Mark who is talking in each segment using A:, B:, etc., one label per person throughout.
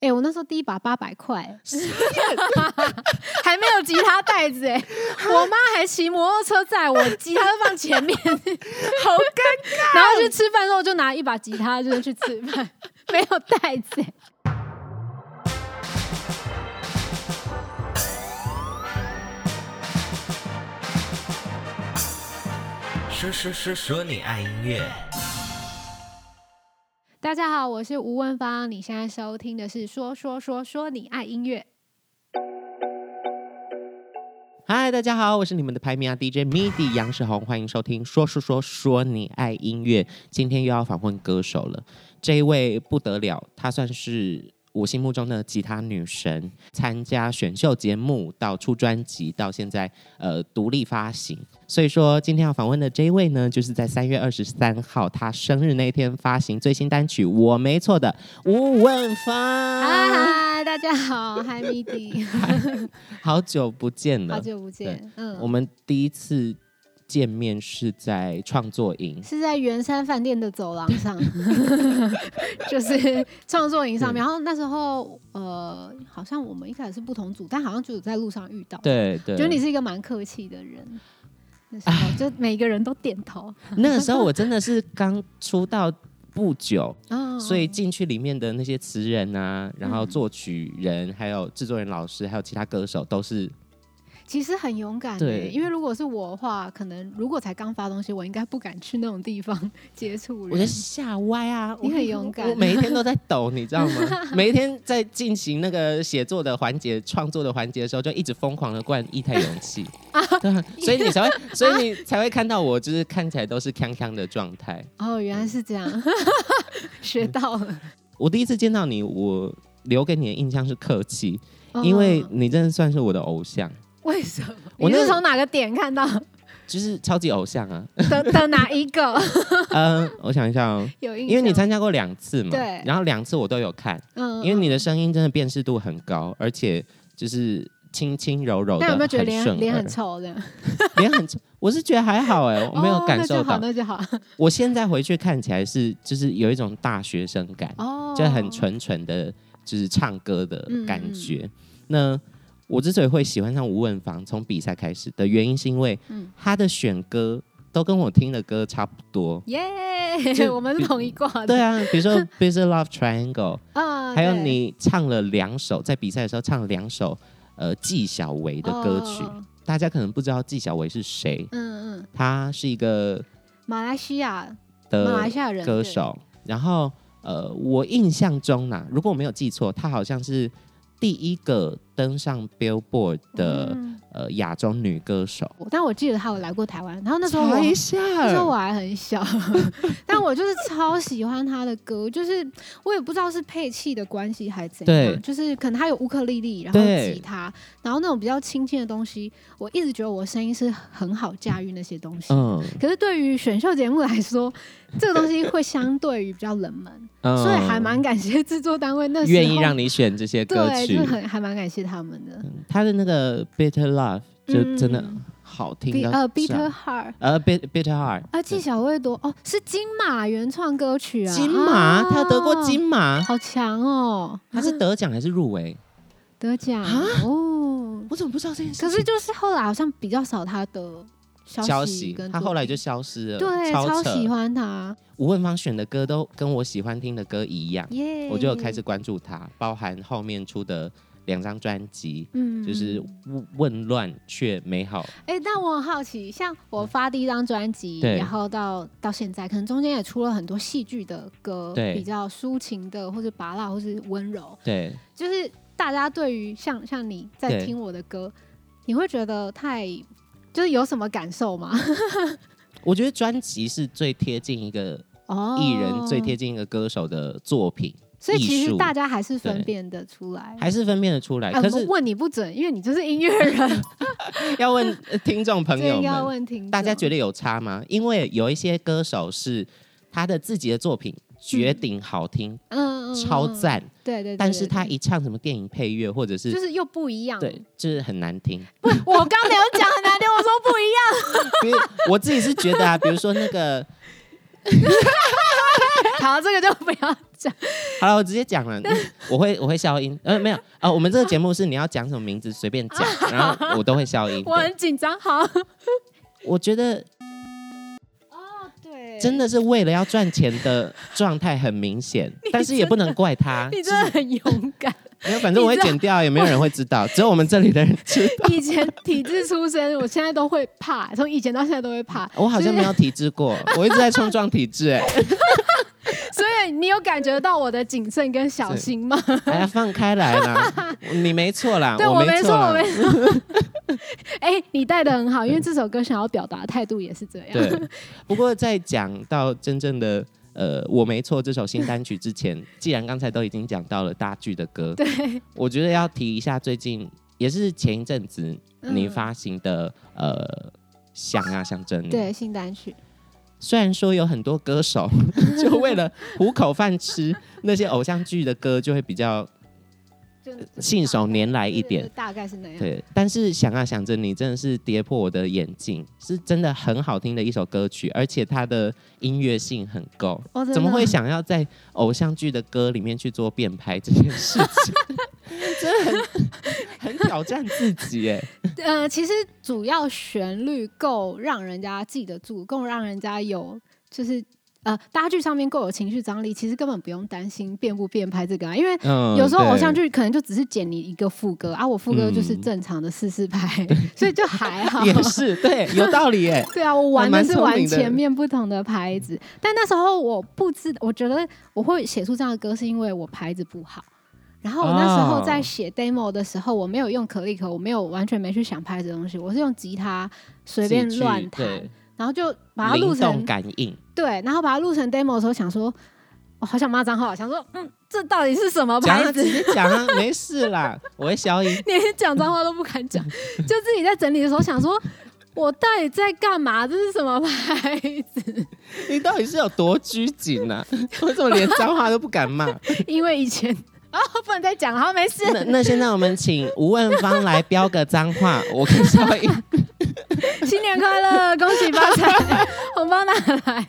A: 哎、我那时候第一把八百块， 还没有吉他袋子 哎、我妈还骑摩托车载我，吉他都放前 面，
B: 好尴
A: 然后去吃饭的时候就拿一把吉他就是去吃饭， 没有袋子、欸。
C: 说说说说你爱音乐，
A: 大家好，我是吴文芳，你现在收听的是说说说说你爱音乐。
B: 嗨，大家好，我是你们的排名啊 DJ MIDI 杨世宏，欢迎收听《说说说说你爱音乐》。今天又要访问歌手了，这一位不得了，她算是我心目中的吉他女神。参加选秀节目到出专辑，到现在呃独立发行。所以说，今天要访问的这一位呢，就是在三月二十三号她生日那天发行最新单曲《我没错》的吴汶
A: 啊
B: 芳。
A: 嗨，大家好，嗨米迪，
B: 好久不见了，
A: 好久不见
B: 对。我
A: 嗯，
B: 们第一次见面是在创作营，
A: 是在圆山饭店的走廊 上， 就是创作营上面。然后那时候呃，好像我们一开始是不同组，但好像就有在路上遇到。，
B: 对对。
A: 觉得你是一个蛮客气的人。那时候就每个人都点头，
B: 那个时候我真的是刚出道不久，
A: 哦
B: 所以进去里面的那些词人啊，然后作曲人、还有制作人老师，还有其他歌手都是
A: 其实很勇敢、欸，
B: 对
A: 因为如果是我的话，可能如果才刚发东西，我应该不敢去那种地方 接触
B: 我在
A: 人。
B: 吓歪啊！
A: 你
B: 我
A: 很勇敢
B: 我每一天都在抖，你 知道吗？每一天在进行那个写作的环节、创作的环节的时候，就一直疯狂的灌一台勇 气对啊，所以你才会，所以你才会看到我就是看起来都是康康的状态。
A: 哦，原来是这 样，学到了。
B: 我第一次见到你，我留给你的印象是客气，因为
A: 哦
B: 你真的算是我的偶像，
A: 为什么？
B: 我
A: 你
B: 那
A: 是从哪个点看 到
B: 就是超级偶像啊。
A: 的的哪一个
B: 嗯，我想一下哦，
A: 有印象？
B: 因为你参加过两次嘛，
A: 对
B: 然后两次我都有看。
A: 嗯，嗯
B: 因为你的
A: 嗯
B: 声音真的辨识度很高，而且就是轻轻柔柔的，
A: 但有没有觉得
B: 很
A: 脸
B: 顺
A: 脸
B: 耳
A: 很，臭的？
B: 脸很臭？我是觉得还好哎、我没有
A: 哦
B: 感受到。
A: 那就好，那就好。
B: 我现在回去看起来是就是有一种大学生感，
A: 哦，
B: 就很纯纯的，就是唱歌的感
A: 嗯嗯嗯
B: 觉。那我之所以会喜欢上吴汶芳，从比赛开始的原因是因为
A: 嗯
B: 她的选歌都跟我听的歌差不多。
A: 耶！
B: 就
A: 我们是同一挂的。
B: 对啊，比如 说《Busy Love Triangle》，
A: 啊，
B: 还有
A: 呃对
B: 你唱了两首，在比赛的时候唱了两首，呃，纪晓薇的歌曲，
A: 哦哦哦
B: 大家可能不知道纪晓薇是谁，
A: 嗯嗯，
B: 她是一个
A: 马来西亚马来
B: 的
A: 西亚人
B: 歌
A: 对
B: 手，然后呃，我印象中呢、如果我没有记错，她好像是第一个登上 Billboard 的、
A: 嗯
B: 呃亚洲女歌手，
A: 我但我记得他有来过台湾，然后那时候我
B: 查一
A: 那时候
B: 下，
A: 我还很小， 但我就是超喜欢他的歌，就是我也不知道是配器的关系还是怎
B: 对
A: 样，就是可能他有乌克丽丽，然后
B: 对
A: 吉他，然后那种比较轻轻的东西，我一直觉得我声音是很好驾驭那些东西。
B: 嗯
A: 可是对于选秀节目来说，这个东西会相对于比较冷门，
B: 嗯
A: 所以还蛮感谢制作单位那时候
B: 愿意 让你选这些歌
A: 对，
B: 曲嗯
A: 就，很还蛮感谢他们的。
B: 她的那个 Bitter Love 就真的
A: 嗯
B: 好听
A: Be-
B: 到
A: 呃
B: 炸
A: ，Bitter Heart，
B: 呃，Bit Bitter Heart，
A: 啊，纪晓薇多哦，是金马原创歌曲啊，
B: 金马，
A: 啊
B: 他有得过，金马，
A: 好强哦，
B: 他是得奖还是入围？
A: 得奖
B: 啊
A: 哦。
B: 我怎么不知道这件事
A: 可是就是后来好像比较少他的
B: 消
A: 息
B: 息
A: 跟，
B: 他
A: 作
B: 后来就
A: 品
B: 消失了，
A: 对超
B: 超扯
A: 喜。欢他
B: 吴汶芳选的歌都跟我喜欢听的歌一样，
A: 耶，
B: 我就有开始关注他，包含后面出的两张专辑，
A: 嗯
B: 就是
A: 嗯
B: 《混乱却美好》。
A: 哎，但我很好奇，像我发第一张专辑，
B: 嗯对
A: 然后到到现在，可能中间也出了很多戏剧的歌，
B: 对
A: 比较抒情的，或者拔辣，或是温柔，
B: 对，
A: 就是大家对于像像你在
B: 对
A: 听我的歌，你会觉得太就是有什么感受吗？
B: 我觉得专辑是最贴近一个
A: 哦
B: 艺人、最贴，近一个歌手的作品，
A: 所以其
B: 艺
A: 实
B: 术
A: 大家还是分
B: 对
A: 辨得出来。
B: 还是分辨得出来。
A: 哎
B: 可
A: 嗯我们
B: 是
A: 问你不准，因为你就是音乐人，
B: 要问呃听众 朋
A: 这
B: 友
A: 应该
B: 们
A: 要，问听众。
B: 大家觉
A: 得
B: 得有差吗？因为有一些歌手是他的自己的作品绝顶好听，
A: 嗯嗯
B: 超，赞，
A: 嗯对对对，
B: 但是他
A: 对
B: 一唱什么电影配乐或者是、
A: 就是又不一样。
B: 对，就是很难 听。
A: 不，我刚没有讲很难听，我说不一样。
B: 因为我自己是觉得啊，比如说那个。
A: 好，这个就不要讲。
B: 好了，我直接讲了，我会我会消音。呃，没有啊、呃我们这个节目是你要讲什么名字随 便讲，然后我都会消音。
A: 我
B: 对
A: 很紧张。好，
B: 我觉得
A: 哦，对
B: 真
A: 的，
B: 的是为了要赚钱的状态很 明显，但是也不能怪他。
A: 你真的很勇 敢。
B: 没有，反正我会剪掉，也没有人会知道，只有我们这里的人 知道。
A: 以前体制出身，我现在都会怕，从以前到现在都会怕。
B: 我好像没有体制过，我一直在冲撞体制、 哎，
A: 所以你有感觉到我的谨慎跟小心吗？
B: 哎呀，放开来啦，你没错啦，
A: 对
B: 啊没
A: 没
B: 错
A: 说，
B: 啦
A: 我 没说。哎、你带的很好，因为这首歌想要表达的态度也是这样。
B: 对， 不过在讲到真正的呃“我没错”这首新单曲之前，既然刚才都已经讲到了大剧的歌，
A: 对，
B: 我觉得要提一下最近也是前一阵子
A: 嗯
B: 你发行的、呃“想啊想着你”，
A: 对，新单曲，
B: 虽然说有很多歌手 就为了糊口饭吃，那些偶像剧的歌就会比较
A: 就
B: 呃信手拈来一点
A: 就。大概是那样。
B: 对，但是想啊想着你真的是跌破我的眼镜，是真的很好听的一首歌曲，而且它的音乐性很够。
A: 哦，真的
B: 怎么会？想要在偶像剧的歌里面去做变拍这件事情？ 真的很很挑战自己哎。
A: 呃，其实主要旋律够让人家记得住，够让人家有就是呃，搭剧上面够有情绪张力，其实根本不用担心变不变拍这个啊，因为
B: 嗯
A: 有时候偶
B: 对
A: 像剧可能就只是剪你一个副歌啊，我副歌就是
B: 嗯
A: 正常的四四拍，所以就还好。
B: 也是对，有道理哎。
A: 对啊，我玩的是
B: 还蛮聪
A: 玩
B: 明的
A: 前面不同的牌子，但那时候我不知，我觉得我会写出这样的歌是因为我牌子不好。然后我那时候
B: 啊
A: 在写 demo 的时候，我没有用可力可，我没有完全没去想拍子的东西，我是用吉他 随便
B: 戏剧
A: 乱弹，
B: 对
A: 然后就把它录
B: 灵
A: 成
B: 动感应，
A: 对，然后把它录成 demo 的时候，想说我好想骂脏话，想说嗯，这到底是什么
B: 讲
A: 牌
B: 啊
A: 哦子
B: 直？接讲啊，没事啦，我会消音。
A: 连讲脏话都不敢讲，就自己在整理的时候想说，我到底在干嘛？这是什么牌子？
B: 你到底是有多拘谨啊？ 为什么连脏话都不敢骂？
A: 因为以前 啊、不能再讲了，好没事。
B: 那那现在我们请吴问芳来标个脏话，我可以消 音。
A: 新年快 乐，恭喜发财， 红包拿来。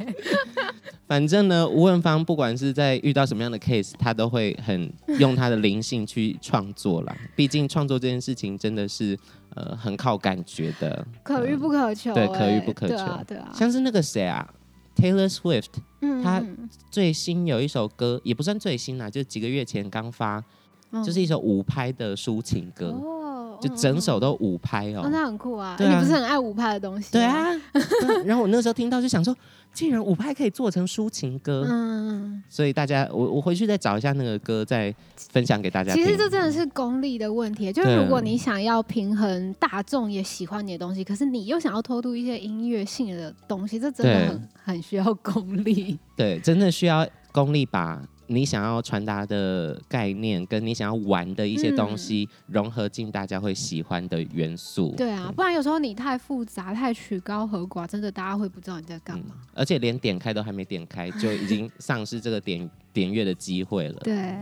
B: 反正呢，吴问芳不管是在遇到什么样的 case，她都会很用她的灵性去创作啦。毕竟创作这件事情真的是呃很靠感觉的，
A: 可遇不可求、
B: 对
A: 欸，
B: 可遇不可
A: 对啊
B: 求，
A: 对啊。
B: 像是那个谁啊，Taylor Swift
A: 嗯
B: 他
A: 嗯
B: 最新有一首歌，也不算最新啦，就几个月前刚发，
A: 嗯
B: 就是一首五拍的抒情歌，
A: 哦
B: 就整首都五拍
A: 嗯
B: 哦。
A: 嗯哦，那很酷啊！
B: 对啊
A: 你不是很爱五派的东西？
B: 对，啊，对然后我那时候听到就想说，竟然五拍可以做成抒情歌，
A: 嗯，
B: 所以大家我我回去再找一下那个歌，再分享给大家听。
A: 其实这真的是功力的问题，就是如果你想要平衡大众也喜欢你的东西，可是你又想要偷渡一些音乐性的东西，这真的很很需要功力。
B: 对，真的需要功力把你想要传达的概念跟你想要玩的一些东西融合进大家会喜欢的元素。
A: 对啊，不然有时候你太复杂、太曲高和寡，真的大家会不知道你在干
B: 嗯
A: 嘛。，
B: 而且连点开都还没点开，就已经丧失这个点点阅的机会了。
A: 对。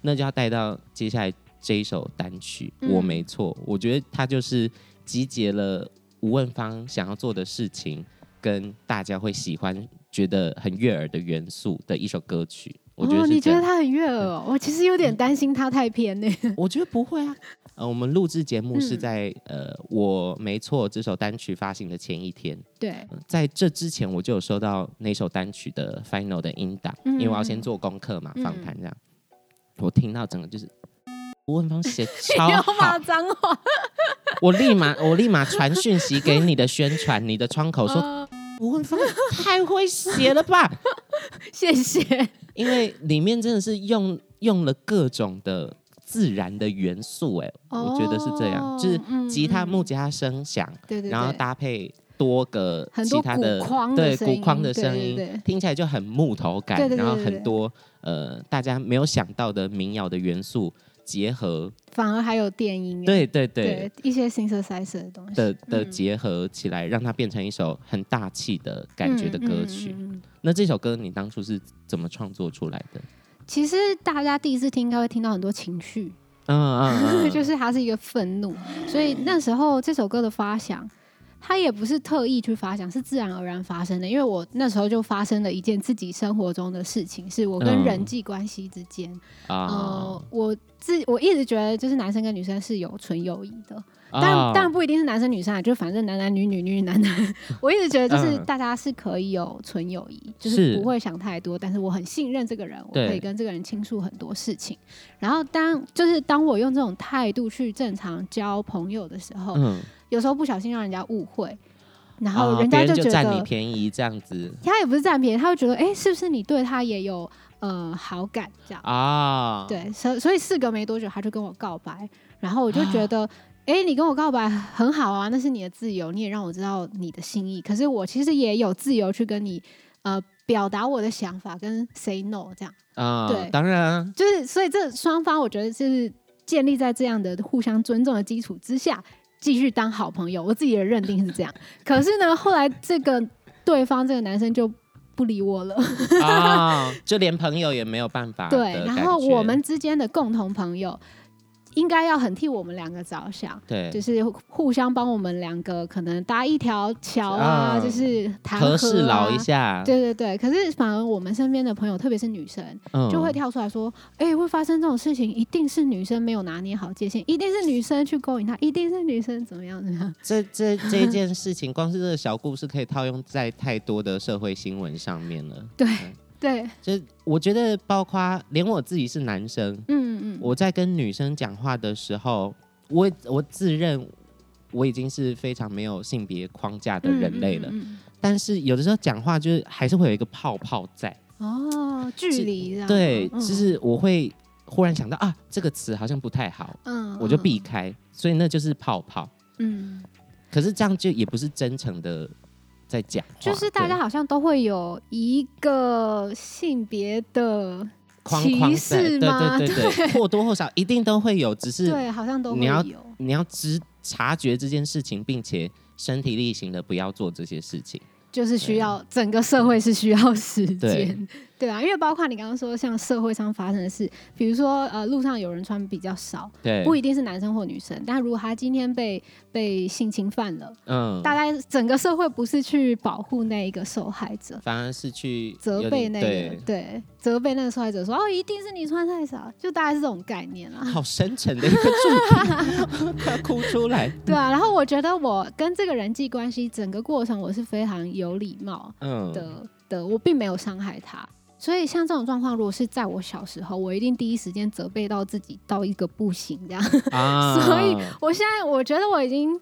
B: 那就要带到接下来这一首单曲，
A: 嗯
B: 我没错，我觉得它就是集结了吴问芳想要做的事情，跟大家会喜欢、觉得很悦耳的元素的一首歌曲。我觉得
A: 哦，
B: 是
A: 你
B: 这
A: 觉得
B: 样，
A: 他很悦耳哦？我其实有点担心他太偏呢。
B: 我觉得不会啊。呃，我们录制节目是
A: 嗯
B: 在、呃，我没错这首单曲发行的前一天，
A: 对，
B: 在这之前我就有收到那首单曲的 final 的音档，
A: 嗯
B: 因为我要先做功课嘛，
A: 嗯
B: 访谈这样。我听到整个 就是吴文芳写超
A: 要
B: 好
A: 骂，脏话。
B: 我立马我立马传讯息给你的宣传，你的窗口说
A: 呃
B: 吴文芳太会写了吧，
A: 谢谢。
B: 因为里面真的是用用了各种的自然的元素，哎，我觉得是这样，就是
A: 是
B: 吉他、木
A: 目，
B: 吉他声响，
A: 嗯对对对，
B: 然后搭配多个
A: 很
B: 其
A: 多
B: 他的
A: 鼓框嗯的
B: 对
A: 声音
B: 鼓框的
A: 对
B: 声
A: 对
B: 音
A: 对，
B: 听起来就很木头感，
A: 对对对
B: 然后
A: 对对
B: 很多呃大家没有想到的民谣的元素结合，
A: 反而还有电音。
B: 对对
A: 对
B: 对，
A: 一些 synthesizer 的东西
B: 的的
A: 嗯
B: 结合起来，让它变成一首很大气的感觉的歌曲。
A: 嗯嗯嗯嗯
B: 那这首歌你当初是怎么创作出来的？
A: 其实大家第一次听，应该会听到很多情绪，
B: 嗯嗯 嗯，
A: 就是它是一个愤怒，所以那时候这首歌的发想，它也不是特意去发想，是自然而然发生的。因为我那时候就发生了一件自己生活中的事情，是我跟
B: 嗯
A: 人际关系之间，
B: 啊
A: 呃，我自我一直觉得就是男生跟女生是有纯友谊的，
B: 啊
A: 但当然不一定是男生女生啊，就反正男男女女女女男男， 我一直觉得就是
B: 嗯
A: 大家是可以有纯友谊，就是是不会想太多，但是我很信任这个人，我
B: 对
A: 可以跟这个人倾诉很多事情。然后当就是当我用这种态度去正常交朋友的时候，
B: 嗯，
A: 有时候不小心让人家误会，然
B: 啊
A: 后人家
B: 别人
A: 就
B: 就
A: 觉
B: 占
A: 得
B: 你便宜这样子
A: 他也不是占便宜，他会觉得哎、诶是不是你对他也有呃好感这样？
B: 啊，，
A: 对，所所以事隔没多久，他就跟我告白，然后我就觉得，哎、你跟我告白很好啊，那是你的自由，你也让我知道你的心意。可是我其实也有自由去跟你，呃，表达我的想法跟 say no 这样，
B: 啊，
A: 对
B: 当然啊
A: 就是所以这双方我觉得就是建立在这样的互相尊重的基础之下，继续当好朋友。我自己的认定是这样。可是呢，后来这个对方这个男生就不理我了。
B: 啊，就连朋友也没有办啊法的
A: 对，然
B: 感
A: 后
B: 觉
A: 我们之间的共同朋友，应该要很替我们两个着想，
B: 对
A: 就是互相帮我们两个可能搭一条桥啊，
B: 啊
A: 就是谈
B: 和
A: 事
B: 事佬一。下，
A: 啊对对对，可是反而我们身边的朋友，特别是女生，
B: 嗯
A: 就会跳出来说：“哎、会发生这种事情，一定是女生没有拿捏好界限，一定是女生去勾引他，一定是女生怎么样怎么样。
B: 这这这一件事情，光是这个小故事可以套用在太多的社会新闻上面了。
A: 对
B: 嗯”
A: 对，
B: 就我觉得，包括连我自己是男生，
A: 嗯嗯嗯，
B: 我在跟女生讲话的时候，我我自认我已经是非常没有性别框架的人类了，
A: 嗯嗯
B: 但是有的时候讲话就是还是会有一个泡泡在。
A: 嗯嗯哦，距
B: 是
A: 离这样
B: 对，
A: 嗯
B: 就是我会忽然想到啊，这个词好像不太好，
A: 嗯，
B: 我就避开，所以那就是泡泡。
A: 嗯。
B: 可是这样就也不是真诚的在讲话，
A: 就是大家
B: 对
A: 好像都会有一个性别的
B: 框框
A: 歧
B: 在
A: 视吗？
B: 对对对对，或多或少一定都会有，只是
A: 对好像都
B: 你
A: 会
B: 要
A: 有。
B: 你要知察觉这件事情，并且身体力行的不要做这些事情。
A: 就是需要整个社会是需要时
B: 对
A: 间，对啊，因为包括你刚刚说像社会上发生的事，比如说呃路上有人穿比较少，
B: 对，
A: 不一定是男生或女生，但如果他今天被被性侵犯了，
B: 嗯
A: 大概整个社会不是去保护那一个受害者，
B: 反而是去
A: 责
B: 有
A: 备
B: 点
A: 那个
B: 对，
A: 对责备那个受害者说哦一定是你穿太少，就大概是这种概念啦。
B: 好深沉的一个主 题，快要哭 出来。
A: 对啊，然后我觉得我跟这个人际关系整个过程我是非常有礼貌
B: 嗯，
A: 的、的，我并没有伤害他。所以像这种状况，如果是在我小时候，我一定第一时间责备到自己到一个不行这样。
B: 啊，
A: 所以我现在我觉得我已经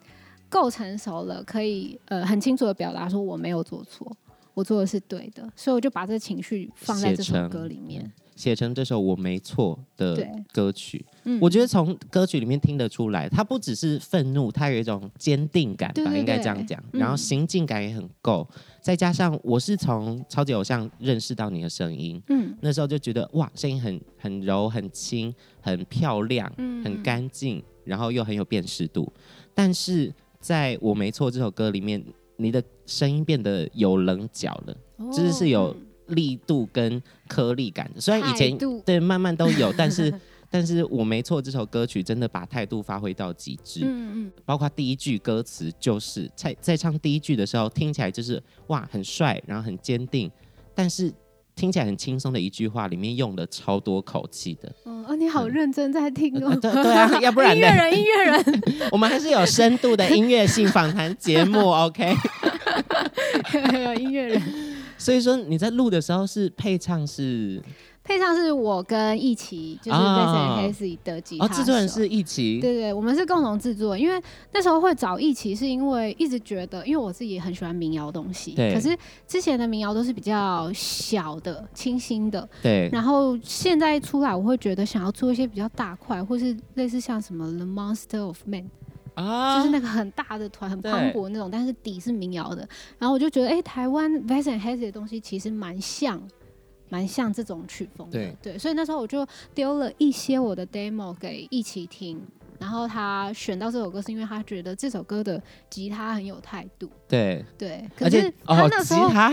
A: 够成熟了，可以呃很清楚的表达说我没有做错，我做的是对的，所以我就把这情绪放在
B: 写
A: 这首
B: 成
A: 歌里面。
B: 写成这首《我没错》的
A: 对
B: 歌曲，
A: 嗯，
B: 我觉得从歌曲里面听得出来，它不只是愤怒，它有一种坚定感吧，
A: 对对
B: 应该
A: 对
B: 这样讲。
A: 嗯
B: 然后行进感也很够，再加上我是从超级偶像认识到你的声音，
A: 嗯
B: 那时候就觉得哇，声音很很柔、很轻、很漂亮、
A: 嗯
B: 很干净，然后又很有辨识度。但是在我没错这首歌里面，你的声音变得有棱角了。就是是有力度跟颗粒感，虽然以前
A: 态度
B: 对慢慢都有，但是但是我没错，这首歌曲真的把态度发挥到极致，
A: 嗯嗯
B: 包括第一句歌词就是在在唱第一句的时候，听起来就是哇很帅，然后很坚定，但是听起来很轻松的一句话，里面用了超多口气的，
A: 嗯，哦，你好认真在听哦
B: 呃。 对对啊，要不 然
A: 音
B: 呢
A: 乐？人，音乐人，
B: 我们还是有深度的音乐性访谈 节目，OK？
A: 有音乐人，
B: 所以说你在录的时候是配唱是
A: 配上是我跟一起，就是 Vincent
B: 啊
A: h a z y 的吉他
B: 哦，
A: 手
B: 制作人是一起
A: 对对，我们是共同制作，因为那时候会找一起，是因为一直觉得，因为我自己也很喜欢民谣东西，
B: 对
A: 可是之前的民谣都是比较小的、清新的，
B: 对
A: 然后现在出来，我会觉得想要做一些比较大块，或是类似像什么 The Monster of Man
B: 啊
A: 就是那个很大的团，很
B: 对
A: 磅礴那种，但是底是民谣的。然后我就觉得，哎、台湾 v e s e n h a z y 的东西其实蛮像，蛮像这种曲风的。
B: 对
A: 所以那时候我就丢了一些我的 demo 给一起听，然后他选到这首歌是因为他觉得这首歌的吉他很有态度。
B: 对，
A: 对，可
B: 而且哦
A: 是他那时
B: 吉
A: 候、
B: 他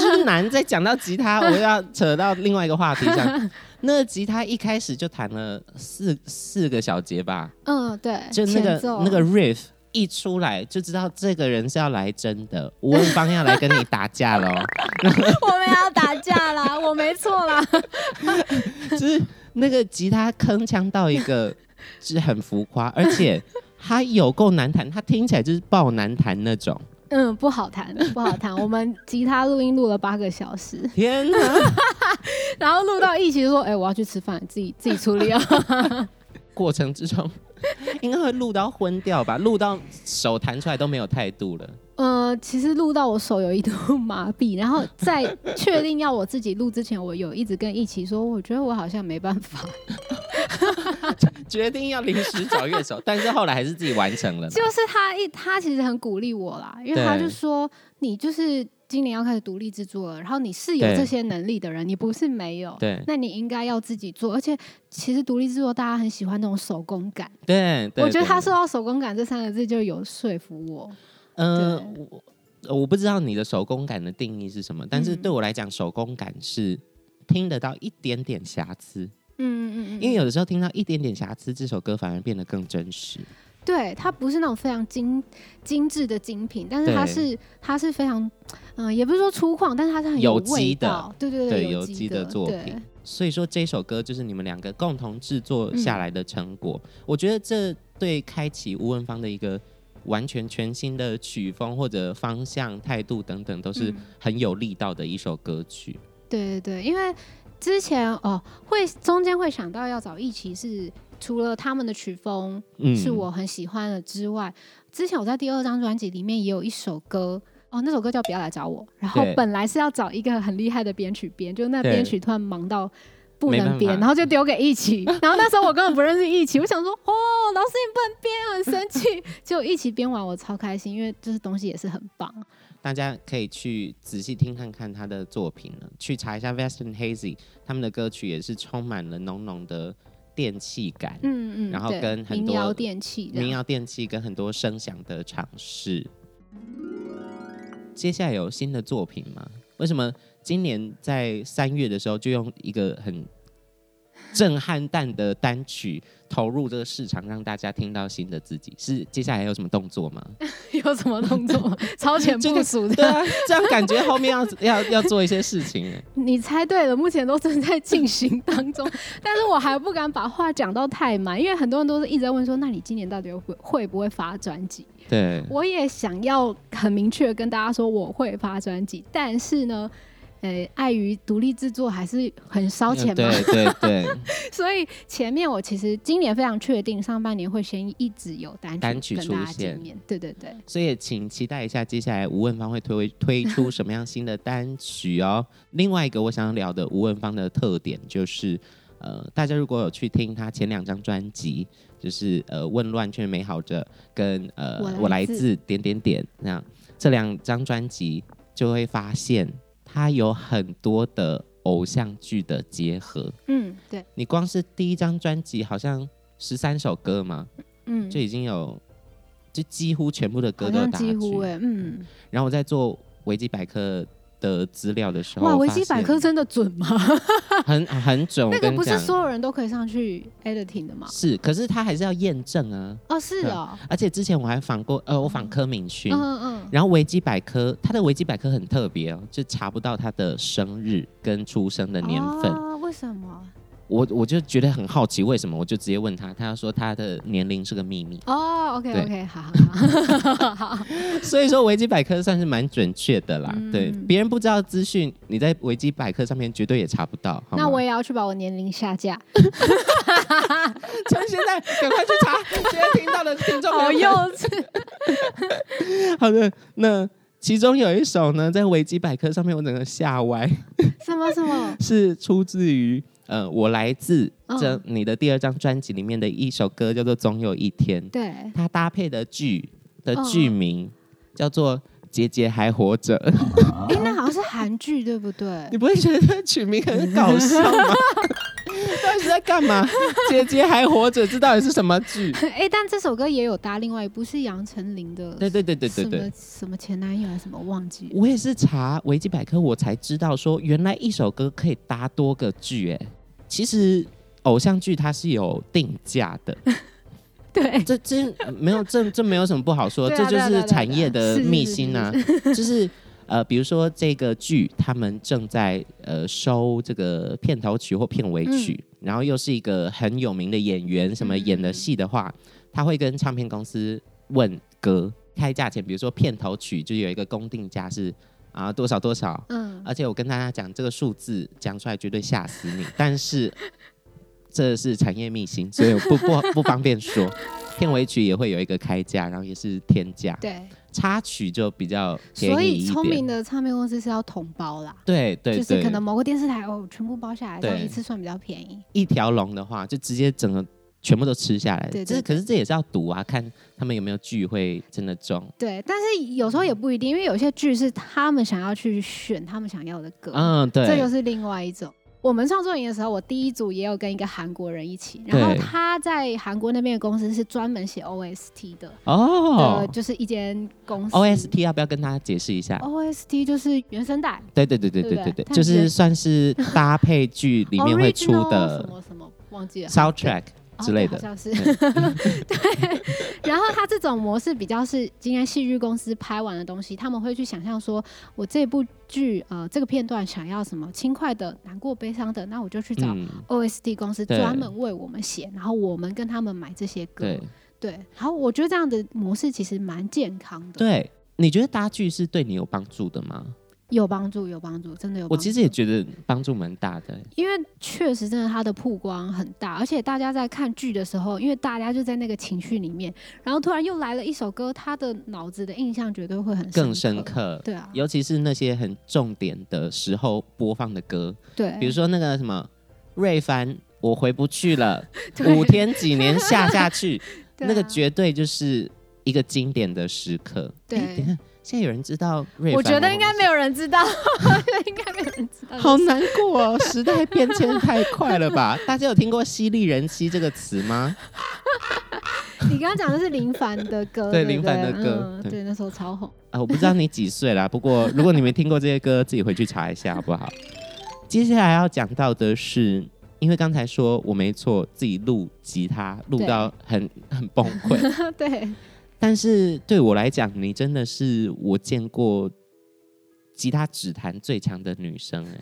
B: 之男在讲到吉 他，我又要扯到另外一个话题上。那吉他一开始就弹了四四个小节吧，
A: 嗯，对，
B: 就那
A: 前
B: 个
A: 奏
B: 那个 riff 一出来就知道这个人是要来真的，吴文芳要来跟你打架 喽，
A: 我们要打架啦，我没错啦，
B: 就是那个吉他铿锵到一个，是很浮夸，而且他有够难弹，他听起来就是爆难弹那种。
A: 嗯，不好弹，不好弹。我们吉他录音录了八个小时，
B: 天哪！
A: 然后录到一起就说，哎、我要去吃饭，自己自己处理 啊。
B: 过程之中 应该会录到昏掉吧，录到手弹出来都没有态度了。
A: 呃，其实录到我手有一度麻痹，然后在确定要我自己录之前，我有一直跟一起说，我觉得我好像没办 法，
B: 决定要临时找乐手， 但是后来还是自己完成了啦。
A: 就是他一他其实很鼓励我啦，因为他
B: 对
A: 就说你就是今年要开始独立制作了，然后你是有
B: 对
A: 这些能力的人，你不是没有，
B: 对
A: 那你应该要自己做，而且其实独立制作大家很喜欢那种手工感，
B: 对对，
A: 我觉得
B: 对
A: 他说，到手工感这三个字就有说服我，
B: 呃
A: 对，
B: 我我不知道你的手工感的定义是什么，但是
A: 嗯
B: 对我来讲，手工感是听得到一点点瑕疵，
A: 嗯嗯嗯，
B: 因为有的时候听到一点点瑕疵，这首歌反而变得更真实。
A: 对，它不是那种非常精精致的精品，但是它
B: 对
A: 是它是非常，嗯、也不是说粗犷，但是它是很
B: 有
A: 味
B: 机的
A: 道，对对
B: 对
A: 有
B: 有机
A: 的
B: 的作
A: 对
B: 品所以说这首歌就是你们两个共同制作下来的成果。我觉得这对开启吴文芳的一个完全全新的曲风或者方向、态度等等，都是
A: 嗯
B: 很有力道的一首歌曲。
A: 对对对，因为之前哦，会中间会想到要找一起是除了他们的曲风
B: 嗯
A: 是我很喜欢的之外，之前我在第二张专辑里面也有一首歌。哦，那首歌叫《不要来找我》，然后
B: 对
A: 本来是要找一个很厉害的编曲编，就那
B: 对
A: 编曲突然忙到不
B: 没
A: 能
B: 办
A: 编，
B: 法
A: 然后就丢给一起。 然后那时候我根本不认识一起，我想说，哦，老师你不能编，啊很生气。 就一起编完，我超开心，因为就是东西也是很棒。
B: 大家可以去仔细听看看他的作品了，去查一下 Western Hazy 他们的歌曲也是充满了浓浓的电器感，
A: 嗯嗯，
B: 然后
A: 对
B: 跟很
A: 民
B: 多
A: 谣电器这样，
B: 民谣电器跟很多声响的尝试。接下来有新的作品吗？为什么今年在三月的时候就用一个很震撼弹的单曲投入这个市场，让大家听到新的自己？是接下来还有什么动作吗？
A: 有什么动作？超 前部署
B: 对
A: 的，
B: 啊，这样感觉后面要要要做一些事情哎。
A: 你猜对了，目前都正在进行当中，但是我还不敢把话讲到太满，因为很多人都是一直在问说，那你今年到底会会不会发专辑？
B: 对，
A: 我也想要很明确地跟大家说我会发专辑，但是呢。呃，碍于独立制作还是很烧钱嘛，
B: 嗯对对对，
A: 所以前面我其实今年非常确定，上半年会先一直有单曲
B: 单曲
A: 跟大家
B: 出现
A: 见面。对对对，
B: 所以也请期待一下接下来吴文芳会推推出什么样新的单曲哦。另外一个我想聊的吴文芳的特点就是，呃，大家如果有去听她前两张专辑，就是呃《问乱却美好着》跟呃
A: 我来
B: 我来
A: 自
B: 自点点点那样这两张专辑，就会发现她有很多的偶像剧的结合。
A: 嗯，对，
B: 你光是第一张专辑好像十三首歌嘛，
A: 嗯，
B: 就已经有，就几乎全部的歌
A: 好
B: 都有
A: 像
B: 打
A: 几乎
B: 去。
A: 哎、嗯，
B: 然后我在做维基百科的资料的时候，
A: 哇，
B: 我
A: 维
B: 发
A: 基百
B: 现
A: 科真的准吗？
B: 很很准，
A: 那
B: 我
A: 个
B: 跟你
A: 不是
B: 讲
A: 所有人都可以上去 editing 的吗？
B: 是，可是他还是要验证啊。
A: 哦，是哦，
B: 而且之前我还访过，呃，我访柯敏勋，
A: 嗯嗯
B: 然后维基百科，他的维基百科很特别哦，就查不到他的生日跟出生的
A: 嗯，
B: 年份。
A: 哦为什么？
B: 我我就觉得很好奇，为什么？我就直接问他，他说他的年龄是个秘密。
A: 哦，OK
B: 对
A: OK，好好好，好
B: 所以说维基百科算是蛮准确的啦，
A: 嗯
B: 对，别人不知道资讯，你在维基百科上面绝对也查不到。好吗
A: 那我也要去把我年龄下架，
B: 趁现在赶快去 查，现在听到的听众
A: 好
B: 朋
A: 幼
B: 友们。
A: 稚。
B: 好的，那其中有一首呢，在维基百科上面我整个吓歪，
A: 什么什么？
B: 是出自于呃，我来自
A: 嗯
B: 这你的第二张专辑里面的一首歌，叫做《总有一天》，
A: 对，
B: 它搭配的剧的剧
A: 嗯
B: 名叫做。姐姐还活 着，啊
A: 哎，那好像是韩剧对不 对
B: 你？不会觉得这取名很搞 笑吗？到底是在干嘛？姐姐还活着，这到底是什么剧？
A: 哎，但这首歌也有搭另外一部是杨丞琳的，
B: 对对对对对对，
A: 什么什么前男友还是什么忘记了。
B: 我也是查维基百科，我才知道说，原来一首歌可以搭多欸个剧。哎，其实偶像剧它是有定价的，
A: 对，
B: 这这没有这这没有什么不好说，
A: 对啊
B: 这就
A: 对啊对啊对
B: 是
A: 啊
B: 产业
A: 是
B: 的
A: 是
B: 秘
A: 是
B: 辛啊，就是。呃，比如说这个剧，他们正在呃收这个片头曲或片尾
A: 嗯
B: 曲，然后又是一个很有名的演员，什么演的戏的话，他会跟唱片公司问歌开价钱，比如说片头曲就有一个公定价是啊多少多少，
A: 嗯，
B: 而且我跟大家讲，这个数字讲出来绝对吓死你，但是这是产业秘辛，所以我不不不方便说。片尾曲也会有一个开价，然后也是天价，
A: 对，
B: 插曲就比较便
A: 所
B: 宜
A: 以
B: 一
A: 聪
B: 点
A: 明。的唱片公司是要统包啦，
B: 对对
A: 就是可
B: 对，
A: 能某个电视台哦全部包下来，这样
B: 对
A: 一次算比较便宜。
B: 一条龙的话，就直接整个全部都吃下来。
A: 对对
B: 这可是这也是要赌啊，看他们有没有聚会真的中。
A: 对，但是有时
B: 嗯
A: 候也不一定，因为有些剧是他们想要去选他们想要的歌，
B: 嗯，对，
A: 这又是另外一种。我们创作营的时候，我第一组也有跟一个韩国人一起，然后
B: 对
A: 他在韩国那边的公司是专门写 OST 的，
B: 哦
A: 呃，就是一间公司。
B: ，OST 要不要跟大家解释一下？
A: OST 就是原声带
B: 对对对对
A: 对
B: 对
A: 不
B: 对
A: 对
B: 对，
A: 它
B: 就
A: 原
B: 是算是搭配剧里 面会出
A: original 什
B: 的
A: 么什么忘记了
B: soundtrack
A: 哦
B: 之类
A: 对好。
B: 的
A: 像是对。 然后他这种模式比较是今天戏剧公司拍完的东西，他们会去想象说，我这部剧呃这个片段想要什么轻快的、难过、悲伤的，那我就去找
B: 嗯，
A: OST 公司
B: 对
A: 专门为我们写，然后我们跟他们买这些歌
B: 对。
A: 对，好，我觉得这样的模式其实蛮健康的，，
B: 对。你觉得搭剧是对你有帮助的吗？
A: 有帮助，有帮助，真的有
B: 我
A: 帮助。
B: 其实也觉得帮助蛮大的、
A: 因为确实真的它的曝光很大，而且大家在看剧的时候，因为大家就在那个情绪里面，然后突然又来了一首歌，他的脑子的印象绝对会很
B: 更
A: 深
B: 深。刻。
A: 对啊，
B: 尤其是那些很重点的时候播放的歌，
A: 对，
B: 比如说那个什么瑞凡，我回不去了，
A: 对
B: 五天几年下下去，
A: 对啊
B: 那个绝对就是一个经典的时刻。
A: 对
B: 诶等一下，现在有人知道瑞凡？
A: 我觉得应该
B: 没有。
A: 没有人知道， 应该没有人知道。
B: 好难过哦，时代变迁太快了吧？ 大家有听过“犀利人妻”这个词吗？
A: 你刚刚讲的是林凡的歌，
B: 对
A: 不
B: 林凡的歌
A: 嗯
B: 对
A: 对，那时候超红。
B: 啊，我不知道你几岁啦，不过如果你没听过这些歌，自己回去查一下好不好？接下来要讲到的是，因为刚才说我没错，自己录吉他录
A: 对
B: 到很很崩溃，
A: 对，
B: 但是对我来讲，你真的是我见过吉他指弹最强的女 生、欸，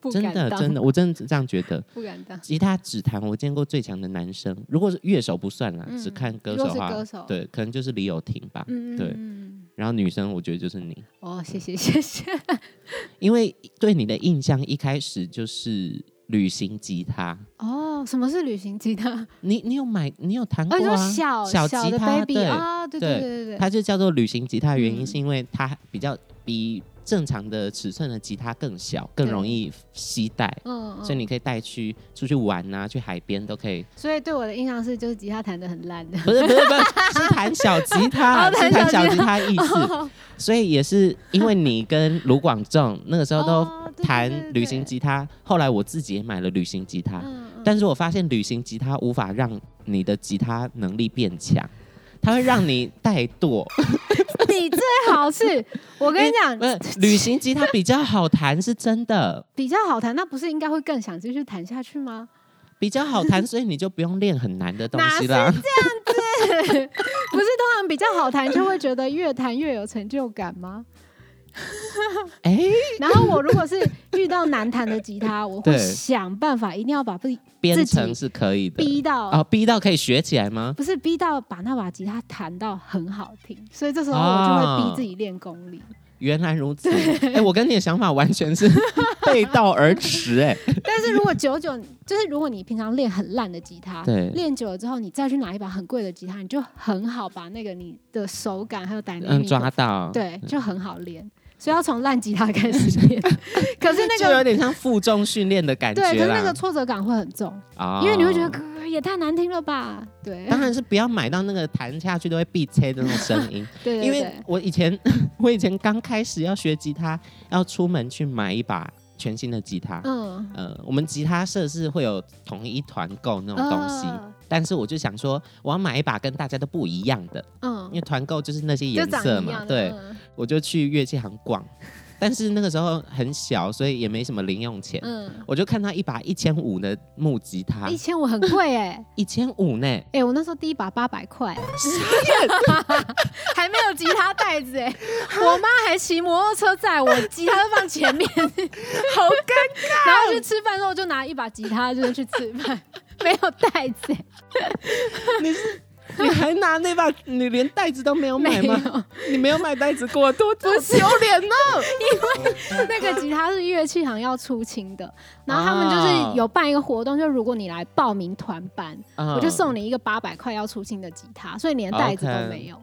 A: 不
B: 真
A: 敢
B: 的
A: 当
B: 真的，我真的这样觉得。
A: 不敢当。
B: 吉他指弹我见过最强的男生，如果是乐手不算啦，
A: 嗯
B: 只看歌
A: 如果
B: 手的
A: 是
B: 话，
A: 歌手
B: 对，可能就是李友廷吧。
A: 嗯，
B: 对
A: 嗯
B: 然后女生我觉得就是你，
A: 哦，谢谢谢谢。
B: 因为对你的印象一开始就是旅行吉他。
A: 哦，什么是旅行吉他？
B: 你你有买你有弹
A: 哦，
B: 过
A: 你说
B: 啊？
A: 小
B: 小
A: 小
B: 吉
A: 的
B: 他
A: baby
B: 对
A: 啊，对对
B: 对
A: 对对对，
B: 它就叫做旅行吉他，原因
A: 嗯
B: 是因为它比较比正常的尺寸的吉他更小，更
A: 对
B: 容易携带，
A: 嗯，嗯
B: 所以你可以带去出去玩啊，去海边都可以。
A: 所以对我的印象是，就是吉他弹的很烂的。
B: 不是不是不是，是弹小吉 他，
A: 哦
B: 是
A: 弹
B: 弹
A: 小吉
B: 小
A: 哦
B: 吉他 意思。所以也是因为你跟卢广仲那个时候 都
A: 哦对对对
B: 弹
A: 对
B: 旅行吉他，后来我自己也买了旅行吉他，
A: 嗯嗯
B: 但是我发现旅行吉他无法让你的吉他能力变强，它会让你怠惰。
A: 你最好是，我跟你
B: 不
A: 讲，
B: 是旅行吉他比较好弹是真的，
A: 比较好弹，那不是应该会更想继续弹下去吗？
B: 比较好弹，所以你就不用练很难的东西啦。
A: 不是，通常比较好弹就会觉得越弹越有成就感吗？
B: 哎、
A: 然后我如果是遇到难弹的吉他，我会
B: 对
A: 想办法，一定要把自己
B: 编程是可以的。
A: 逼到
B: 哦，逼到可以学起来吗？
A: 不是逼到把那把吉他弹到很好听，所以这时候我就会
B: 哦
A: 逼自己练功力。
B: 原来如 此。哎、我跟你的想法完全是 背道而驰、哎，
A: 但是如果久久，就是如果你平常练很烂的吉他，
B: 对
A: 练久了之后，你再去拿一把很贵的吉他，你就很好把那个你的手感还有 d y
B: 嗯，
A: n
B: 抓到。嗯
A: 对，就很好练。所以要从烂吉他开始 练，可是那
B: 就有
A: 个
B: 点像负重训练的感觉
A: 对，
B: 啦。
A: 可是那个挫折感会很重，
B: 哦
A: 因为你会觉得，哥也太难听了吧？对，
B: 当然是不要买到那个弹下去都会闭切的那种声音。
A: 对对对，
B: 因为我以前， 我以前刚开始要学吉他，要出门去买一把全新的吉他。
A: 嗯，
B: 呃，我们吉他社是会有统一团购那种东西，
A: 呃
B: 但是我就想说，我要买一把跟大家都不一样的，因
A: 嗯，
B: 为团购就是那些
A: 就
B: 颜
A: 长
B: 色
A: 一
B: 嘛。
A: 样的，
B: 对，
A: 嗯
B: 我就去乐器行逛，但是那个时候很小，所以也没什么零用钱。
A: 嗯，
B: 我就看他一把一千五的木吉他
A: 一，千五很贵哎、
B: 一千五呢，
A: 哎、我那时候第一把八百块， 还没有吉他袋子哎、我妈还骑摩托车载我，吉他都放前 面，好尴尬。然后去吃饭的时候就拿一把吉他就是去吃饭，没有袋子、哎
B: 你还拿那把，你连袋子都没有买
A: 没有，
B: 吗？你没有买袋子给我，多多
A: 不是
B: 丢 脸呢！
A: 那个吉他是乐器行要出清的，然后他们
B: 啊
A: 就是有办一个活动，就如果你来报名团班，我
B: 我
A: 就送你一个八百块要出清的吉他，所以连袋子都没有。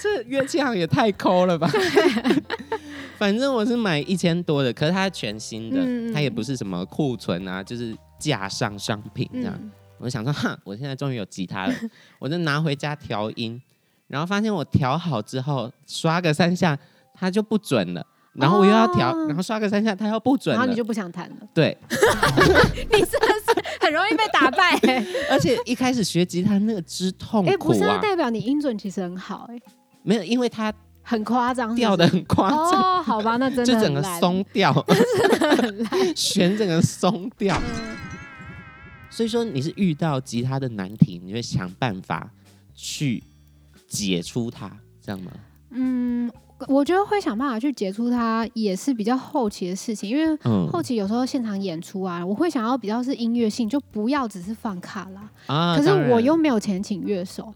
B: 这乐器行也太抠了吧！ 反正我是买一千多的，可是它全新的，
A: 嗯
B: 它也不是什么库存啊，就是架上商品这样。
A: 嗯，
B: 我想说，哈，我现在终于有吉他了， 我就拿回家调音，然后发现我调好之后刷个三下，它就不准了。然后我又要调，
A: 哦
B: 然后刷个三下，它又不准
A: 然后
B: 了
A: 你。就不想弹了，
B: 对，
A: 你真的是很容易被打 败、哎
B: 而且一开始学吉他那个之痛
A: 哎、不
B: 苦
A: 是
B: 啊
A: 那，代表你音准其实很好、哎，
B: 没有，因为它
A: 很夸张，是不是
B: 掉的很夸张。
A: 哦，好吧，那真的
B: 就整
A: 很
B: 个
A: 烂
B: 松掉， 弦整个松掉。 所以说，你是遇到吉他的难题，你会想办法去解出它，这样吗？
A: 嗯，我觉得会想办法去解除它，也是比较后期的事情，因为。
B: 嗯
A: 后期有时候现场演出啊，我会想要比较是音乐性，就不要只是放卡拉。
B: 啊
A: 可是
B: 当然
A: 我又没有钱请乐手，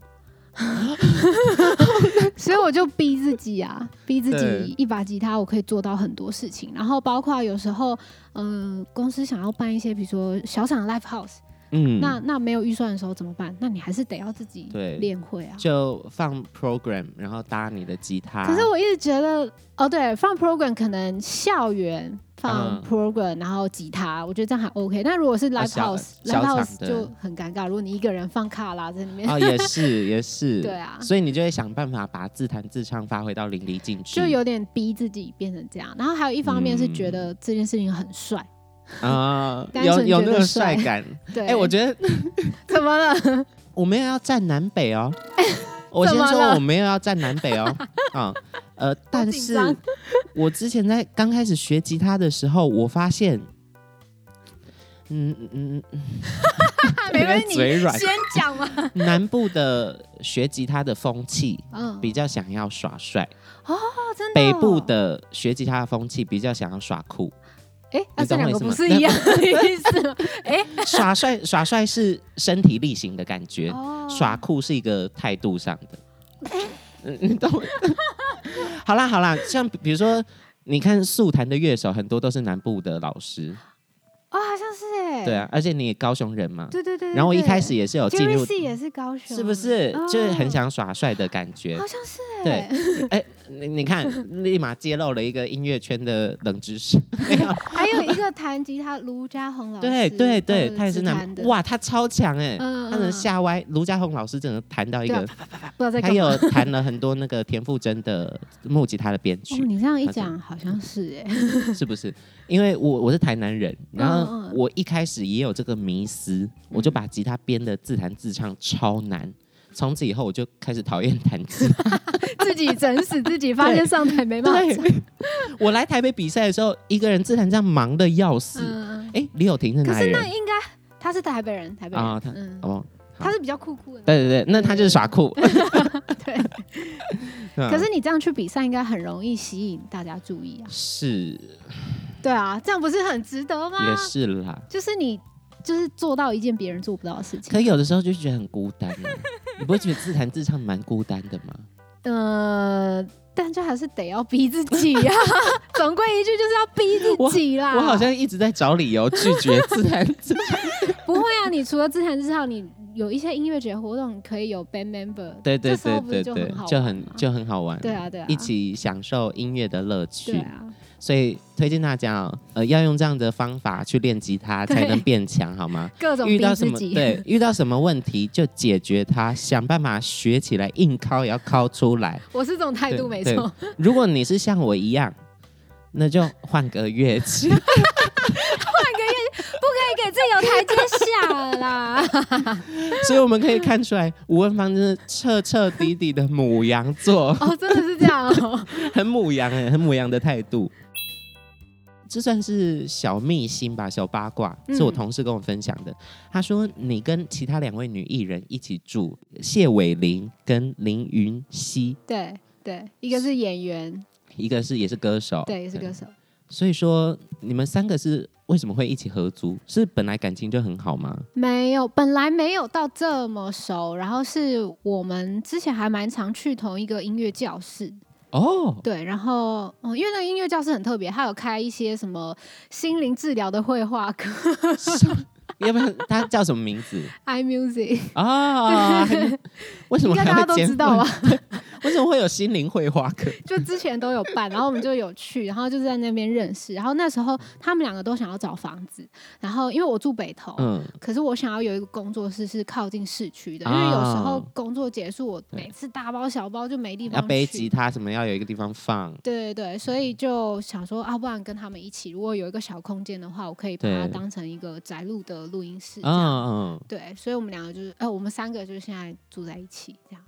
A: 所以我就逼自己啊，逼自己
B: 对
A: 一把吉他，我可以做到很多事情。然后包括有时候，嗯、公司想要办一些，比如说小场的 live house，、
B: 嗯
A: 那那没有预算的时候怎么办？那你还是得要自己
B: 对
A: 练会啊。
B: 就放 program，然后搭你的吉他。
A: 可是我一直觉得，哦，对，放 program 可能校园放
B: 嗯啊
A: program，、然后吉他，我觉得这样还 OK。但如果是 live
B: 小
A: house，live、
B: 小场
A: house
B: 的
A: 就很尴尬。如果你一个人放卡拉在里面，
B: 哦，也是也 是，
A: 对啊
B: 所以你就会想办法把自弹自唱发挥到淋漓尽致，
A: 就有点逼自己变成这样。然后还有一方面是觉得这件事情很帅，
B: 啊、
A: 单
B: 有
A: 纯
B: 有
A: 觉
B: 那
A: 得
B: 个
A: 帅
B: 帅感。
A: 对，
B: 哎、我觉得
A: 得 怎么了？
B: 我没有要站南北 哦。我先
A: 怎么
B: 说
A: 了
B: 我没有要站南北 哦，啊、呃，但是
A: 好紧张
B: 我之前在刚开始学吉他的时候，我发现，嗯嗯，嗯
A: 没关系，你
B: 嘴软
A: 先讲嘛。
B: 嗯南部的学吉他的风气
A: 嗯，
B: 比较想要耍帅，
A: 哦，真的
B: 北部
A: 哦，
B: 的学吉他的风气比较想要耍酷，
A: 哎，那
B: 你
A: 这
B: 懂我
A: 两
B: 意
A: 个
B: 思吗
A: 不是一样的意思 吗？哎，
B: 耍帅耍帅是身体力行的感觉，
A: 哦
B: 耍酷是一个态度上的。嗯，你懂 我？好啦好啦，像比比如说，你看速弹的乐手很多都是南部的老师，
A: 哦，好像是哎，
B: 对啊，而且你也高雄人嘛。
A: 对，对对对。
B: 然后我一
A: 对
B: 开始也是有进
A: Jerry
B: 入，
A: C 也是高雄，
B: 是不是
A: 哦
B: 就是很，想耍帅的感觉
A: 好？像是哎，
B: 对，哎，你你看， 立马揭露了一个音乐圈的冷知识。没有
A: 还有一个弹吉他卢家宏老师，
B: 对对对，
A: 呃
B: 他也是
A: 直
B: 南
A: 弹的，
B: 哇，他超强哎，
A: 嗯
B: 他
A: 嗯
B: 能下歪。卢家宏老师真的弹到一
A: 对啊
B: 个，
A: 不知道在
B: 他
A: 干嘛。
B: 有弹了很多那个田馥甄的木吉他的编
A: 哦
B: 曲，
A: 你这样一
B: 他真
A: 讲，好像是哎，
B: 是不是？因为我我是台南人，然后
A: 嗯嗯
B: 我一开始也有这个迷思，我就把吉他编的自弹自唱超难。从此以后，我就开始讨厌弹吉 他。
A: 自己整死自 己，发现上台没办法
B: 对
A: 唱。
B: 我来台北比赛的时候，一个人自弹这样忙的要死。
A: 嗯，嗯
B: 哎、李友廷是
A: 可
B: 哪
A: 是
B: 里
A: 那
B: 人？
A: 应该他是台北人，台北人
B: 啊他
A: 嗯，
B: 哦，好
A: 他是比较酷酷的那
B: 对对对，那他就是耍酷。
A: 对。
B: 嗯
A: 可是你这样去比赛，应该很容易吸引大家注意啊。
B: 是
A: 对啊，这样不是很值得吗？
B: 也是啦，
A: 就是你就是做到一件别人做不到的事情
B: 可。有的时候就觉得很孤单、啊。你不会觉得自弹自唱蛮孤单的 吗？
A: 呃，但就还是得要逼自己 呀、总归一句就是要逼自己啦。
B: 我好像一直在找理由拒绝自弹自唱。
A: 不会啊，你除了自弹自唱，你有一些音乐节活动可以有 band member，
B: 对对
A: 这时候
B: 对
A: 不是
B: 对
A: 就
B: 对，
A: 很好
B: 就
A: 玩
B: 很
A: 吗
B: 就很好玩。
A: 对啊对啊，
B: 一起享受音乐的乐
A: 对
B: 趣，
A: 啊，
B: 所以推荐大家哦，呃，要用这样的方法去练吉他，才
A: 对
B: 能变强，好吗？
A: 各种
B: 遇
A: 逼
B: 到什
A: 自
B: 么
A: 己，
B: 对，遇到什么问题就解决它，想办法学起来，硬敲也要敲出来。
A: 我是这种态度
B: 对
A: 没
B: 对
A: 错。
B: 如果你是像 我一样，那就换个乐器，
A: 不可给自己有台阶下了啦。，
B: 所以我们可以看出来，吴文芳真是彻彻底底的母羊座
A: 哦，真的是这样哦。
B: 很母羊哎、很母羊的态度。这算是小秘辛吧，小八卦，
A: 嗯
B: 是我同事跟我分享的。他说，你跟其他两位女艺人一起住，谢伟玲跟林云熙，
A: 对对，一个是演员，
B: 一个是也是歌手，
A: 对，也是歌手。
B: 所以说，你们三个是为什么会一起合租？是本来感情就很好吗？
A: 没有，本来没有到这么熟，然后是我们之前还蛮常去同一个音乐教室，
B: 哦，
A: 对，然后嗯，因为那个音乐教室很特别，它有开一些什么心灵治疗的绘画课
B: 要不然他叫什么名字
A: ，i music，
B: 啊？还没为
A: 应
B: 什么
A: 该
B: 还
A: 大家
B: 会
A: 都
B: 兼
A: 知道吧？
B: 为什么会有心灵绘画课？
A: 就之前都有办，然后我们就有去，然后就在那边认识，然后那时候他们两个都想要找房子，然后因为我住北投，
B: 嗯，
A: 可是我想要有一个工作室是靠近市区的，因为有时候工作结束，我每次大包小包就没地
B: 啊要
A: 方
B: 背嗯吉
A: 去。
B: 他什么，要有一个地方放。
A: 对对对，所以就想说啊，不然跟他们一起，如果有一个小空间的话，我可以把它
B: 对
A: 当成一个宅录的录音室这
B: 嗯
A: 样。
B: 嗯，
A: 对，所以我们两个就是，呃，我们三个就是现在住在一起这样。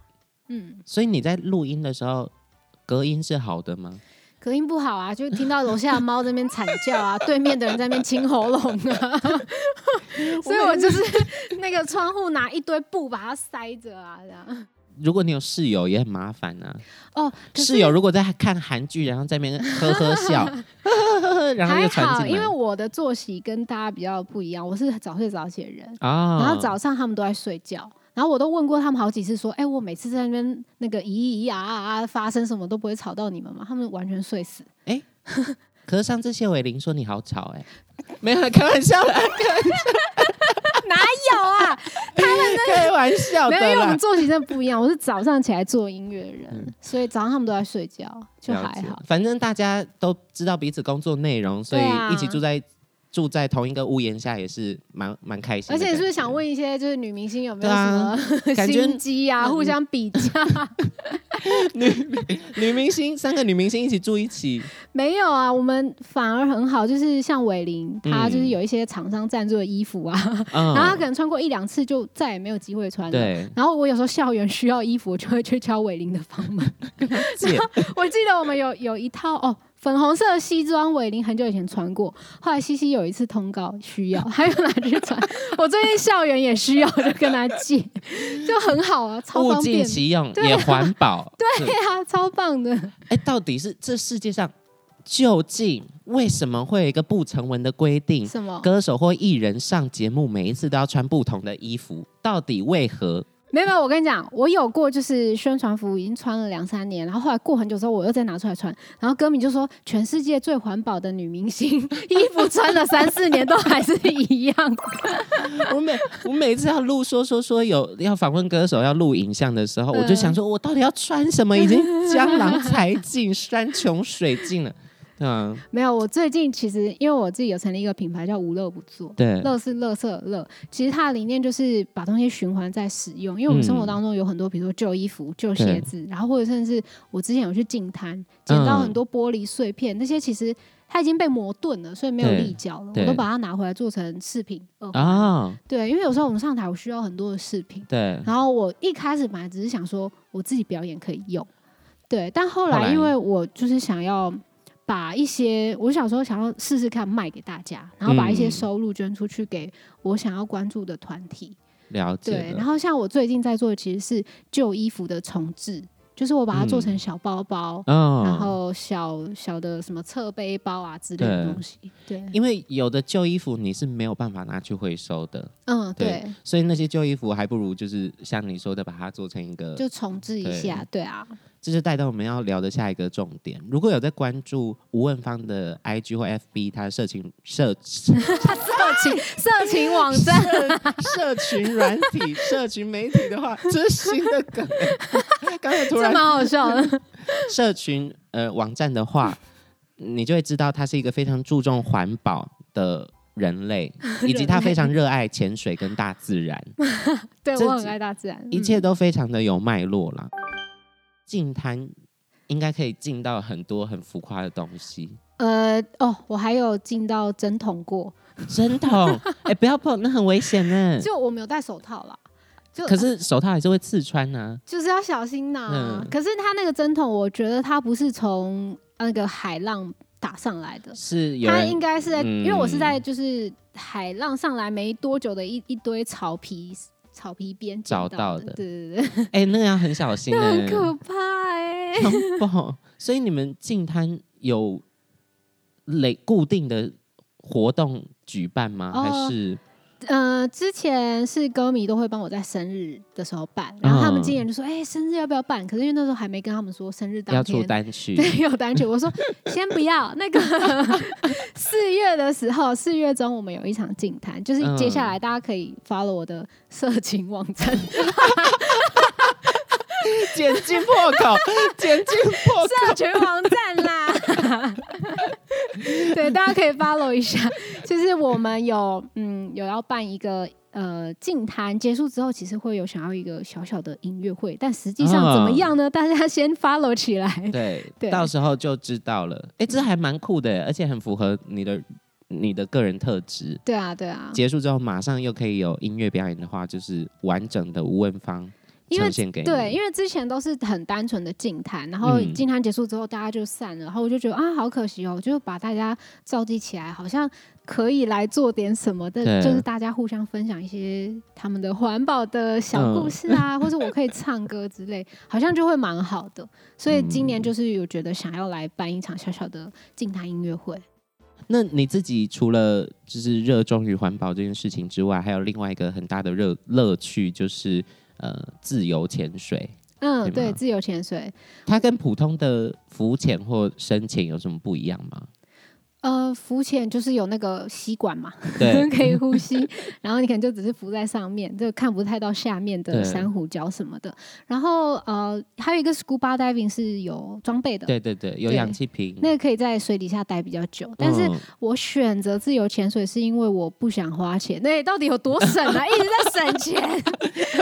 A: 嗯，
B: 所以你在录音的时候，隔音是好的吗？
A: 隔音不好啊，就听到楼下的猫在那边惨叫啊，对面的人在那边清喉咙啊， 所以我就是 那个窗户拿一堆布把它塞着啊，这样。
B: 如果你有室友也很麻烦啊。
A: 哦，可是
B: 室友如果在看韩剧，然后在那边呵 呵笑，呵呵呵呵，然后
A: 还
B: 又传
A: 好，
B: 进来，
A: 因为我的作息跟大家比较不一样，我是早睡早起的人，
B: 啊，
A: 然后早上他们都在睡觉。然后我都问过他们好几次，说：“哎、我每次在那边那个咿咿呀啊啊发生什么都不会吵到你们吗？”他们完全睡 死。
B: 可是上次谢伟玲说你好吵哎、没有啦开玩笑啦，
A: 哪有啊？
B: 开玩笑
A: 没有，因
B: 的
A: 为我们
B: 啦。
A: 作息真的不一样。我是早上起来做音乐的人，
B: 嗯
A: 所以早上他们都在睡觉，就还
B: 了
A: 好
B: 解。反正大家都知道彼此工作内容，所以
A: 对啊
B: 一起住在、住在同一个屋檐下也是蛮蛮开心
A: 而
B: 的感觉。
A: 且是不是想问一些就是女明星有没有什
B: 对啊
A: 么
B: 感觉嗯
A: 心机啊，互相比 较？
B: 女明星三个女明星一起住一 起，
A: 没有啊，我们反而很好，就是像伟玲，她就是
B: 嗯
A: 有一些厂商赞助的衣服啊，
B: 嗯，
A: 然后她可能穿过一两次就再也没有机会穿了。
B: 对，
A: 然后我有时候校园需要衣服，我就会去敲伟玲的房门。
B: 姐
A: 我记得我们有有一套哦，粉红色的西装，伟玲很久以前穿过，后来西西有一次通告需要， 她又拿去 穿。我最近校园也需要，我就跟她借，就很好啊，超
B: 物
A: 方
B: 尽
A: 便。
B: 其用、也环保。 对
A: 对啊，超棒的。
B: 哎，到底是这世界上究竟为什么会有一个不成文的规定？
A: 什么？
B: 歌手或艺人上节目，每一次都要穿不同的衣服，到底为何？
A: 没有没有，我跟你讲，我有过就是宣传服已经穿了两三年，然后后来过很久之后我又再拿出来穿，然后歌迷就说全世界最环保的女明星衣服穿了三四年都还是一样，
B: 我每我每次要录说说说有要访问歌手要录影像的时候，我就想说，我到底要穿什么？已经江郎才尽、山穷水尽了。嗯，
A: 没有。我最近其实因为我自己有成立一个品牌叫无乐不作。
B: 对，
A: 乐是乐色的乐，其实它的理念就是把东西循环再使用，因为我们生
B: 嗯
A: 活当中有很多，比如说旧衣服、旧鞋子，然后或者甚至我之前有去净滩捡到
B: 嗯
A: 很多玻璃碎片，那些其实它已经被磨钝了，所以没有
B: 对
A: 立角了，
B: 对
A: 我都把它拿回来做成饰品二环
B: 啊，
A: 对，因为有时候我们上台，我需要很多的饰品，
B: 对，
A: 然后我一开始本来只是想说我自己表演可以用，对，但后
B: 后
A: 来
B: 来
A: 因为我就是想要把一些，我小时候想要试试看卖给大家，然后把一些
B: 嗯
A: 收入捐出去给我想要关注的团体，
B: 了解
A: 对，
B: 了。
A: 然后像我最近在做的其实是旧衣服的重置，就是我把它做成
B: 嗯
A: 小包包。
B: 嗯
A: 然后小小的什么侧背包啊之类的
B: 对
A: 东西，对，
B: 因为有的旧衣服你是没有办法拿去回收的，
A: 嗯，
B: 对
A: 对，
B: 所以那些旧衣服还不如就是像你说的，把它做成一个
A: 就重置一
B: 对
A: 下，对啊，
B: 这是带到我们要聊的下一个重点。如果有在关注吴问芳的 IG 或 FB，他的社群社社
A: 色 情色情网 站，
B: 社群软体、社群媒体的话，这是新的梗。 刚才突
A: 这
B: 然
A: 蛮好 笑的。
B: 社群呃网站 的话，你就会知道他是一个非常注重环保的人 类，以及他非常热爱潜水跟大自然。
A: 对
B: 这
A: 我很爱大自然，嗯
B: 一切都非常的有脉络啦。净滩应该可以 进到很多很浮夸的东西，
A: 嗯呃哦，我还有进到针筒过，
B: 针筒，哎、不要碰，那很危险呢。
A: 就我没有戴手套啦，就
B: 嗯可是手套还是会刺穿啊呐、
A: 就是要小心拿。
B: 嗯
A: 可是它那个针筒，我觉得它不是从那个海浪打上来的，
B: 是有
A: 它
B: 人
A: 应该是在，因为我是
B: 嗯
A: 在就是海浪上来没多久的一一堆草皮草皮边捡
B: 找到
A: 的
B: 的，嗯
A: 对对对，
B: 哎、那个要很小心呢、
A: 那很可怕 哎、
B: 很不好。所以你们进滩有累固定的活动举办吗？
A: 哦
B: 还是
A: 呃，之前是歌迷都会帮我在生日的时候办，然后他们
B: 嗯
A: 今年就说：“哎、生日要不要办？”可是因为那时候还没跟他们说生日当
B: 要出
A: 天。
B: 单曲？
A: 对，有单曲，我说先不要。 那个四月的时候，四月中我们有一场竞谈，就是接
B: 嗯
A: 下来大家可以 follow 我的色情网站，
B: 剪进破 口，剪进破口。
A: 社群网站 啦。对，大家可以 follow 一下。就是我们有嗯有要办一个呃净坛，结束之后其实会有想要一个小小的音乐会，但实际上
B: 啊
A: 怎么样呢？大家先 follow 起来。
B: 对，
A: 对
B: 到时候就知道了。哎、这还蛮酷的，而且很符合你的你的个人特质。
A: 对啊，对啊，
B: 结束之后，马上又可以有音乐表演的话，就是完整的吴文芳
A: 因为
B: 呈现给你。
A: 对，因为之前都是很单纯的静谈，然后
B: 嗯
A: 静谈结束之后大家就散了，然后我就觉得啊，好可惜哦，就把大家召集起来，好像可以来做点什么的，
B: 对
A: 就是大家互相分享一些他们的环保的
B: 嗯
A: 小故事啊，或者我可以唱歌之类，好像就会蛮好的。所以今年
B: 嗯
A: 就是有觉得想要来办一场小小的静谈音乐会。
B: 那你自己除了就是热衷于环保这件事情之外，还有另外一个很大的乐乐趣就是呃自由潜水。
A: 嗯，
B: 对吗
A: 对，自由潜水，
B: 它跟普通的浮潜或深潜有什么不一样 吗？
A: 呃，浮潜就是有那个吸管嘛，
B: 对
A: 可以呼 吸，然后你可能就只是浮在上面，就看不太到下面的
B: 对
A: 珊瑚礁什么的。然后呃，还有一个 scuba diving 是有装备的，
B: 对对对，有
A: 对
B: 氧气瓶。
A: 那个可以在水底下待比较久。但是
B: 嗯
A: 我选择自由潜水是因为我不想花钱，那到底有多省啊？一直在省钱。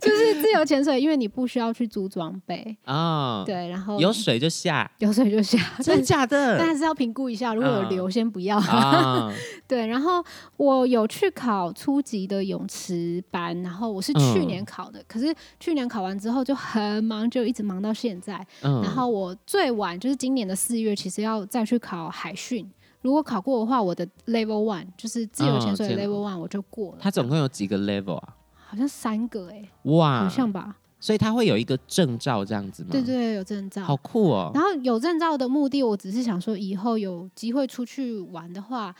A: 就是自由潜水，因为你不需要去租装备，
B: 哦，
A: 对，然后
B: 有水 就下，
A: 有水就下，
B: 真
A: 但
B: 的假
A: 但
B: 的？
A: 还是要评估一下，如果有
B: 嗯
A: 流先不要。
B: 啊，
A: 对，然后我有去考初级的泳池班，然后我是去
B: 嗯
A: 年考的，可是去年考完之后就很忙，就一直忙到现在。
B: 嗯
A: 然后我最晚就是今年的四月，其实要再去考海训。如果考过的话，我的 Level One 就是自由
B: 嗯
A: 潜水的
B: 这样
A: Level One 我就过了。
B: 它总共有几个 level 啊？
A: 好像三个哎、好
B: 哇，
A: 像吧？
B: 所以它会有一个证照这样子吗？
A: 对对，对有证照。
B: 嗯好酷哦。
A: 然后有证照的目的，我只是想说，以后有机会出去玩的话，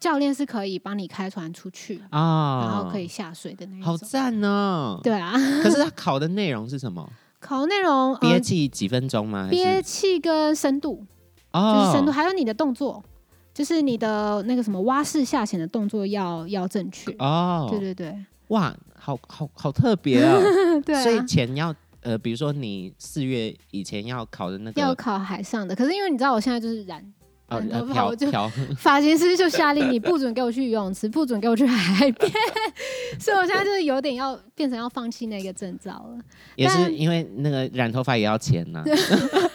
A: 教练是可以帮你开船出去，
B: 啊，
A: 然后可以下水的那一种。
B: 好赞哦！
A: 对啊，
B: 可是它考的内容是什么？
A: 考内容
B: 憋
A: 呃
B: 气几分钟吗？还是
A: 憋气跟深度，就
B: 哦
A: 是深度，还有你的动作，就是你的那个什么蛙式下潜的动作要要正确。
B: 哦，
A: 对对对
B: 哇，好好好特别哦！
A: 对
B: 所以
A: 啊，
B: 前要呃，比如说你四月以前要考的那个
A: 要考海上的。可是因为你知道我现在 就是染
B: 呃
A: 染
B: 呃
A: 头发
B: 漂
A: 我就
B: 漂
A: 发型师就下令你不准给我去游泳池，不准给我去海 边，所以我现在就是有点要变成要放弃那个证照 了，
B: 也是
A: 但
B: 因为那个染头发也要钱呐、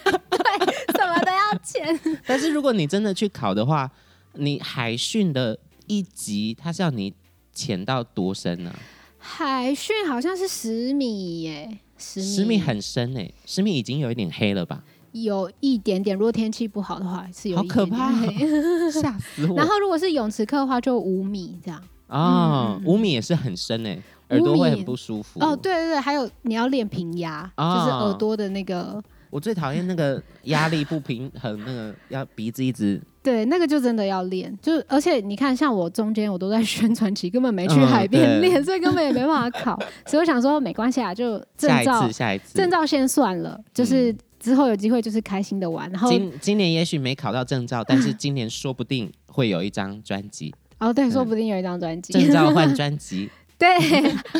A: 什么都要钱。
B: 但是如果你真的去考的话，你海训的一级，它是要你潜到多深啊呢、
A: 海训好像是十米耶，十米
B: 十米很深哎、十米已经有一点黑了吧？
A: 有一点点，如果天气不好的话是有
B: 好
A: 一
B: 可
A: 点点
B: 怕
A: 黑
B: 吓死我！
A: 然后如果是泳池课的话，就五米这样。
B: 哦
A: 嗯嗯，嗯
B: 五、米也是很深哎、耳朵会很不舒服。
A: 哦，，对对对，还有你要练平压，
B: 啊
A: 就是耳朵的那个，
B: 我最讨厌那 个压力不平衡，那个要鼻子一直
A: 对，那个就真的要练。就是而且你看，像我中间我都在宣传期，根本没去
B: 嗯
A: 海边
B: 对
A: 练，所以根本也没办法 考。所以我想说，没关系啊，就
B: 下
A: 证
B: 一
A: 照
B: 次，下一次。
A: 证照先算了，就是之后有机会就是开心的玩，然后
B: 今今年也许没考到证照，但是今年说不定会有一张专 辑，
A: 哦对，
B: 嗯
A: 说不定有一张专辑，
B: 证照换专辑。
A: 对，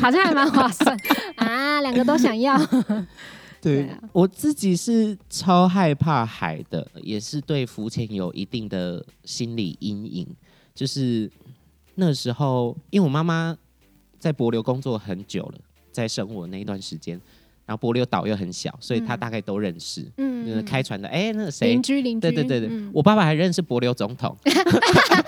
A: 好像还蛮划算啊，两个都想 要。对啊
B: 我自己是超害怕海的，也是对浮潜有一定的心理阴影。就是那时候，因为我妈妈在博流工作很久了，在生我那一段时间，然后波溜岛又很小，所以他大概都认识。就是
A: 嗯，
B: 开船的，哎、那个谁
A: 邻，居邻居，
B: 对对对对，
A: 嗯
B: 我爸爸还认识柏流总 统。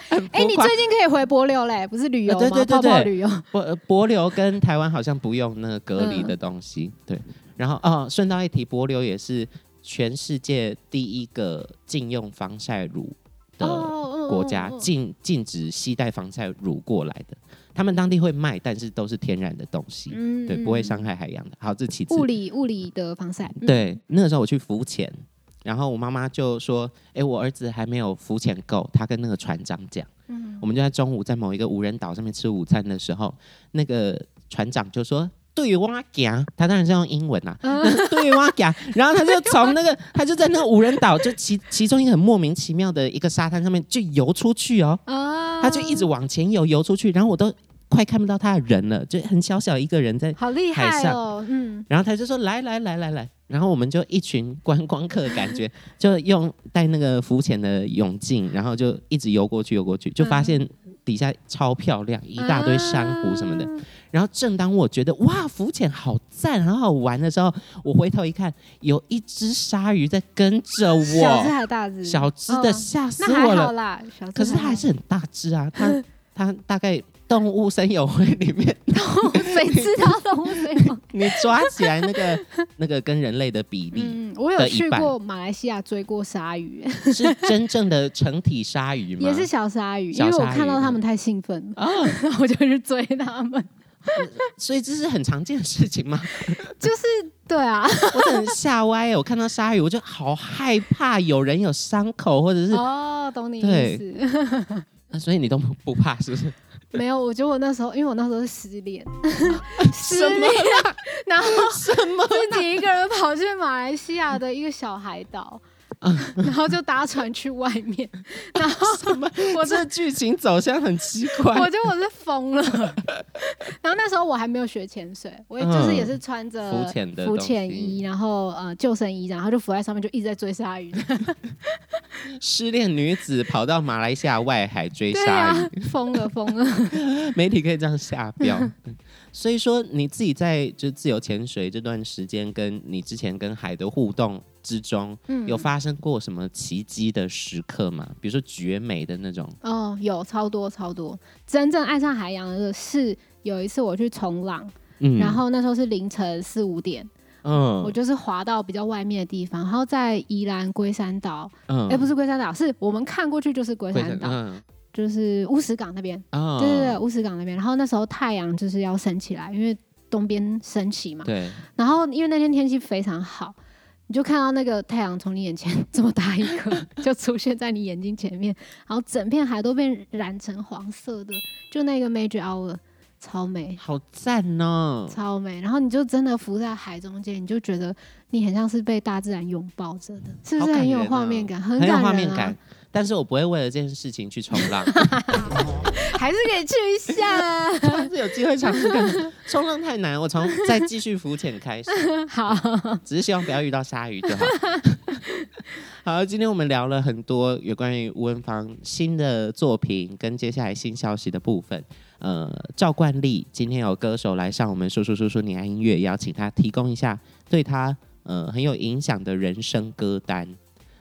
B: 很
A: 哎，你
B: 浮夸
A: 最近可以回柏流嘞，不是旅游
B: 呃
A: 吗？
B: 对对对
A: 泡泡
B: 对
A: 旅游，
B: 柏呃柏流跟台湾好像不用那个隔离的东西，
A: 嗯
B: 对。然后哦，顺道一提，柏流也是全世界第一个禁用防晒乳的
A: 哦
B: 国家，禁禁止携带防晒乳过来的。他们当地会卖，但是都是天然的东西，
A: 嗯
B: 对，不会伤害海洋的。好，这其次。
A: 物理物理的防晒，嗯，
B: 对，那个时候我去浮潜，然后我妈妈就说：“哎、我儿子还没有浮潜够。”她跟那个船长讲，
A: 嗯
B: 我们就在中午在某一个无人岛上面吃午餐的时候，那个船长就说。对蛙夹，他当然是用英文 啊，
A: 嗯
B: 对蛙夹，然后他就从那个，他就在那个无人岛，就其其中一个很莫名其妙的一个沙滩上面就游出去哦，
A: 啊
B: 他就一直往前游，游出去，然后我都快看不到他的人了，就很小小一个人在
A: 好厉
B: 海
A: 害
B: 上
A: 哦，嗯，
B: 然后他就说来来来来来，然后我们就一群观光客，感觉就用带那个浮潜的泳镜，然后就一直游过去游过去，
A: 嗯
B: 就发现底下超漂亮，一大堆珊瑚什么的。
A: 啊
B: 然后正当我觉得哇浮潜好赞，好好玩的时候，我回头一看，有一只鲨鱼在跟着
A: 小只
B: 我，
A: 还大只，
B: 小只的
A: 嗯
B: 吓死
A: 那
B: 我
A: 还好
B: 了。
A: 啦，小只
B: 可是它
A: 好
B: 还是很大只啊， 它它大概动物森友会里面
A: 谁知道动物园？
B: 你抓起来那个那个跟人类的 比例。
A: 嗯，我有
B: 的一
A: 去
B: 半
A: 过马来西亚追过鲨鱼，
B: 是真正的成体鲨鱼吗？
A: 也是小鲨鱼，因
B: 小
A: 为我
B: 鲨
A: 看到
B: 鱼
A: 他们太兴奋了，
B: 啊，
A: 我就去追他们。
B: 所以这是很常见的 事情吗？
A: 就是对啊，
B: 我真的吓歪哦耶！我看到鲨鱼，我就好害怕，有人有伤口或者是，
A: 哦，懂你意思。
B: 啊所以你都不不怕是不是？
A: 没有，我觉得我那时候，因为我那时候是失恋，
B: 什
A: 失
B: 么
A: 恋，然后
B: 什么？
A: 自己一个人跑去马来西亚的一个小海岛，
B: 嗯
A: 然后就搭船去外面，然后我真
B: 这剧情走向很奇怪。
A: 我觉得我是疯了。然后那时候我还没有学潜水，我也就是也是穿着
B: 嗯浮潜的
A: 浮
B: 东
A: 潜
B: 西
A: 衣，然后呃救生衣，然后就浮在上面，就一直在追鲨鱼。
B: 失恋女子跑到马来西亚外海追
A: 对啊
B: 鲨鱼，，
A: 疯了疯 了。
B: 媒体可以这样下标。嗯所以说你自己在就自由潜水这段时间，跟你之前跟海的互动之中，
A: 嗯
B: 有发生过什么奇迹的时刻吗？比如说绝美的那种，
A: 哦，有超多超多。真正爱上海洋的是有一次我去冲浪，
B: 嗯
A: 然后那时候是凌晨四五点，我
B: 嗯
A: 就是滑到比较外面的地方，然后在宜兰龟山岛，
B: 嗯
A: 哎、不是龟山岛，是我们看过去就是龟
B: 会
A: 山
B: 很
A: 岛，
B: 嗯
A: 就是乌石港那边。
B: 哦
A: 对对对，乌石港那边。然后那时候太阳就是要升起来，因为东边升起嘛。
B: 对
A: 然后因为那天天气非常好，你就看到那个太阳从你眼前这么大一颗就出现在你眼睛前面，然后整片海都被染成黄色的，就那个 Major Hour 超美。
B: 好赞哦！
A: 超美，然后你就真的浮在海中间，你就觉得你很像是被大自然拥抱着的，是不
B: 嗯好
A: 是
B: 感
A: 很有
B: 人
A: 画
B: 哦
A: 面感？很
B: 很
A: 感
B: 有
A: 人、啊、
B: 画面感，但是我不会为了这件事情去冲 浪，
A: 还是可以去一下啊。
B: 但是有机会尝试看看。冲浪太难，我从再继续浮潜开始，
A: 好，
B: 只是希望不要遇到鲨鱼就好。 好，今天我们聊了很多有关于吴文芳新的作品跟接下来新消息的部分。呃，照惯例，今天有歌手来上我们说说说说你爱音乐，邀请他提供一下对他呃很有影响的人生歌单。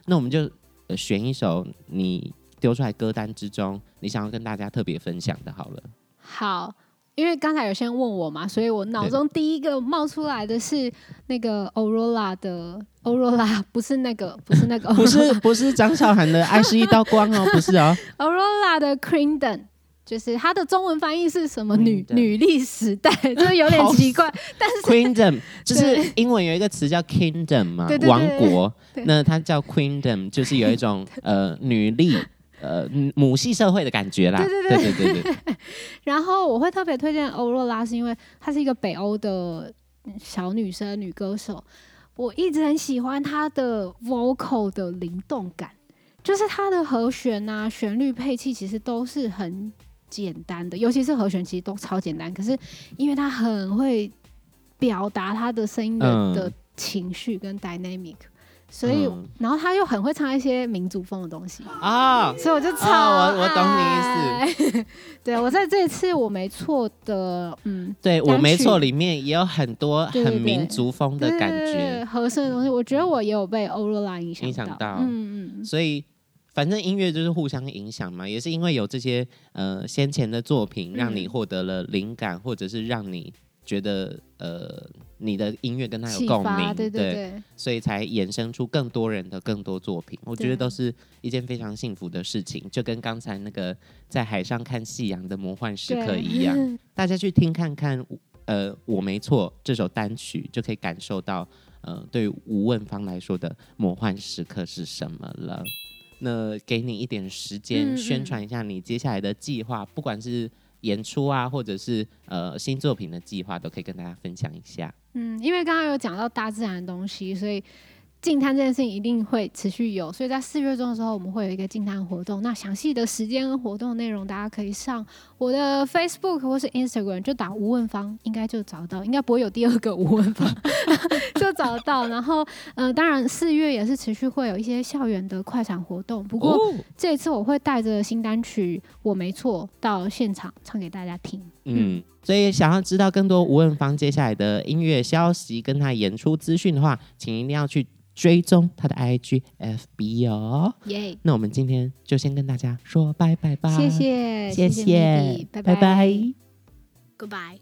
B: 那我们就、呃选一首你丢出来歌单之中，你想要跟大家特别分享的，好了。
A: 好，因为刚才有些人问我嘛，所以我脑中第一个冒出来的是那个 Aurora 的 Aurora，不是那个，不是那个，
B: 不是不是张韶涵的《爱是一道光》哦，不是哦，
A: Aurora 的 Crindon。就是它的中文翻译是什么女
B: Crindon
A: 女力时代， 就是有点奇怪。
B: Kingdom 就是英文有一个词叫 Kingdom 嘛
A: 对，对对
B: 王国
A: 对。
B: 那它叫 Kingdom，就是有 一种呃女力呃母系社会的感觉啦。
A: 对对
B: 对对对 对
A: 然后我会特别推荐 Aurora，是因为她是一个北欧的小女生女歌手，我一直很喜欢她的 vocal 的灵动感，就是她的和弦啊、旋律配器其实都是很简单的，尤其是和弦其实都超简单，可是因为她很会表达她的声音的、
B: 嗯
A: 的情绪跟 dynamic。所以、
B: 嗯
A: 然后他又很会唱一些民族风的东西，
B: 啊、
A: 所以我就超、
B: 啊我我
A: 你
B: 懂
A: 意思。 对我在这次我没错的，嗯，
B: 对
A: 单
B: 我没
A: 曲
B: 错，里面也有很多
A: 对对
B: 很民族风的
A: 对
B: 感
A: 对对对
B: 觉，
A: 和声的东西，我觉得我也有被欧若拉影响
B: 影响到
A: 嗯嗯
B: 所以反正音乐就是互相影响嘛，也是因为有这些呃先前的作品，让你
A: 嗯
B: 获得了灵感，或者是让你觉得呃你的音乐跟
A: 嗯，
B: 它
A: 启
B: 有共
A: 发，
B: 鸣，
A: 对对，
B: 所以才衍生出更多人的更多作品。我觉得
A: 对
B: 都是一件非常幸福的事情，就跟刚才那个在海上看夕阳的魔幻时刻
A: 对
B: 一样。大家去听看看，呃，我没错这首单曲就可以感受到，呃，对于吴汶芳来说的魔幻时刻是什么了。那给你一点时
A: 嗯
B: 间
A: 嗯
B: 宣传一下你接下来的计划，不管是演出啊，或者是呃新作品的计划，都可以跟大家分享一下。
A: 嗯，因为刚刚有讲到大自然的东西，所以净滩这件事情一定会持续有。所以在四月中的时候，我们会有一个净滩活动。那详细的时间跟活动内容，大家可以上我的 Facebook 或是 Instagram，就打吴文芳，应该就找到，应该不会有第二个吴文芳， 就找到。然后，呃，当然四月也是持续会有一些校园的快闪活动，不过
B: 哦
A: 这一次我会带着新单曲《我没错》到现场唱给大家听。
B: 嗯，所以想要知道更多吴汶芳接下来的音乐消息跟他演出资讯的话，请一定要去追踪他的 IG、FB 哦。
A: 耶、
B: 那我们今天就先跟大家说拜拜吧，
A: 谢，谢，
B: 谢
A: 谢 Mandy，拜
B: 拜拜
A: Goodbye.